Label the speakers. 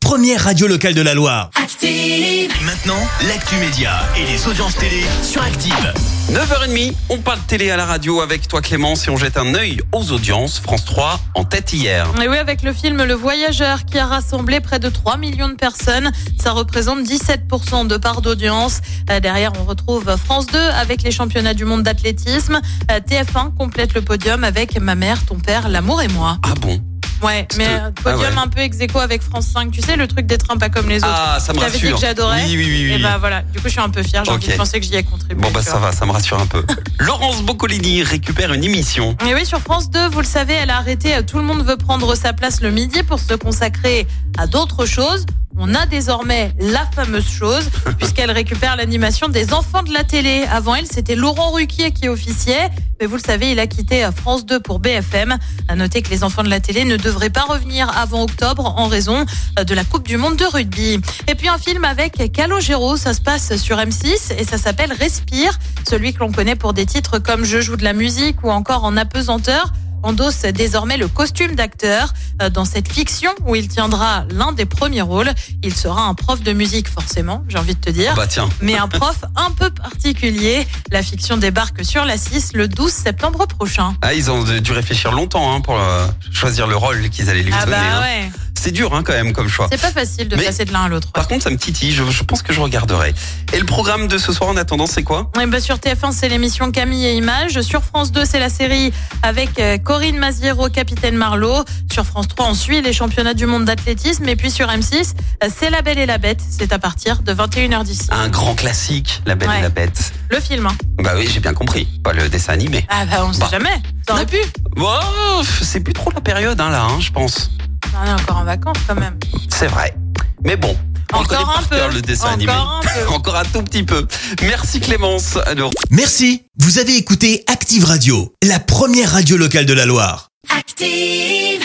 Speaker 1: première radio locale de la Loire.
Speaker 2: Active,
Speaker 1: Et maintenant, l'actu média et les audiences télé sur Active.
Speaker 3: 9h30, on parle télé à la radio avec toi Clémence et on jette un œil aux audiences. France 3 en tête hier.
Speaker 4: Et oui, avec le film Le Voyageur qui a rassemblé près de 3 millions de personnes, ça représente 17% de part d'audience. Euh, Derrière, on retrouve France 2 avec les championnats du monde d'athlétisme. Euh, TF1 complète le podium avec Ma mère, ton père, l'amour et moi.
Speaker 3: Ah bon
Speaker 4: Ouais,
Speaker 3: C'est
Speaker 4: mais
Speaker 3: tout.
Speaker 4: euh, podium
Speaker 3: Ah ouais.
Speaker 4: un peu ex aequo avec France 5, tu sais, le truc d'être un pas comme les autres.
Speaker 3: Ah, ça me
Speaker 4: Tu avais dit
Speaker 3: rassure.
Speaker 4: que j'adorais.
Speaker 3: Oui, oui, oui.
Speaker 4: Et
Speaker 3: oui.
Speaker 4: bah voilà, du coup, je suis un peu fière, j'ai
Speaker 3: Ok.
Speaker 4: envie de penser que j'y ai contribué.
Speaker 3: Bon bah
Speaker 4: tu
Speaker 3: ça
Speaker 4: vois.
Speaker 3: va, ça me rassure un peu. Laurence Boccolini récupère une émission.
Speaker 4: Et oui, sur France 2, vous le savez, elle a arrêté euh, Tout le monde veut prendre sa place le midi pour se consacrer à d'autres choses. On a désormais la fameuse chose, puisqu'elle récupère l'animation des enfants de la télé. Avant elle, c'était Laurent Ruquier qui officiait. Mais vous le savez, il a quitté euh, France 2 pour BFM. À noter que les enfants de la télé ne devraient pas revenir avant octobre en raison euh, de la Coupe du Monde de rugby. Et puis un film avec Calogero, ça se passe sur M6 et ça s'appelle Respire celui que l'on connaît pour des titres comme Je joue de la musique ou encore En apesanteur endosse désormais le costume d'acteur Euh, dans cette fiction où il tiendra l'un des premiers rôles. Il sera un prof de musique forcément, j'ai envie de te
Speaker 3: Ah
Speaker 4: dire,
Speaker 3: bah tiens,
Speaker 4: mais un prof un peu particulier. La fiction débarque sur la 6 le 12 septembre prochain.
Speaker 3: ah, ils ont dû réfléchir longtemps hein, pour euh, choisir le rôle qu'ils allaient lui
Speaker 4: Ah
Speaker 3: donner. hein.
Speaker 4: bah ouais,
Speaker 3: C'est dur hein, quand même comme choix.
Speaker 4: c'est pas facile de
Speaker 3: Mais-
Speaker 4: passer de l'un à l'autre.
Speaker 3: Par contre ça me titille, je, je pense que je regarderai. Et le programme de ce soir en attendant c'est quoi
Speaker 4: Eh ben, sur TF1, c'est l'émission Camille et Images. Sur France 2, c'est la série avec euh, Corinne Maziero, Capitaine Marlowe. Sur France 3, on suit les championnats du monde d'athlétisme. Et puis sur M6, euh, c'est La Belle et la Bête. C'est à partir de 21h10.
Speaker 3: Un grand classique, La Belle et
Speaker 4: Ouais.
Speaker 3: la Bête.
Speaker 4: Le film. hein.
Speaker 3: Bah oui j'ai bien compris, pas le dessin animé.
Speaker 4: Ah bah on sait
Speaker 3: Bah.
Speaker 4: jamais. Ça aurait
Speaker 3: Non.
Speaker 4: pu.
Speaker 3: Bon, c'est plus trop la période hein, là, hein, je pense.
Speaker 4: On est encore en vacances quand même.
Speaker 3: C'est vrai. Mais bon, on
Speaker 4: Encore
Speaker 3: connaît
Speaker 4: un
Speaker 3: par
Speaker 4: peu.
Speaker 3: cœur le dessin
Speaker 4: Encore
Speaker 3: animé.
Speaker 4: un peu.
Speaker 3: Encore un tout petit peu. Merci Clémence. Alors,
Speaker 1: Merci, vous avez écouté Active Radio, la première radio locale de la Loire.
Speaker 2: active.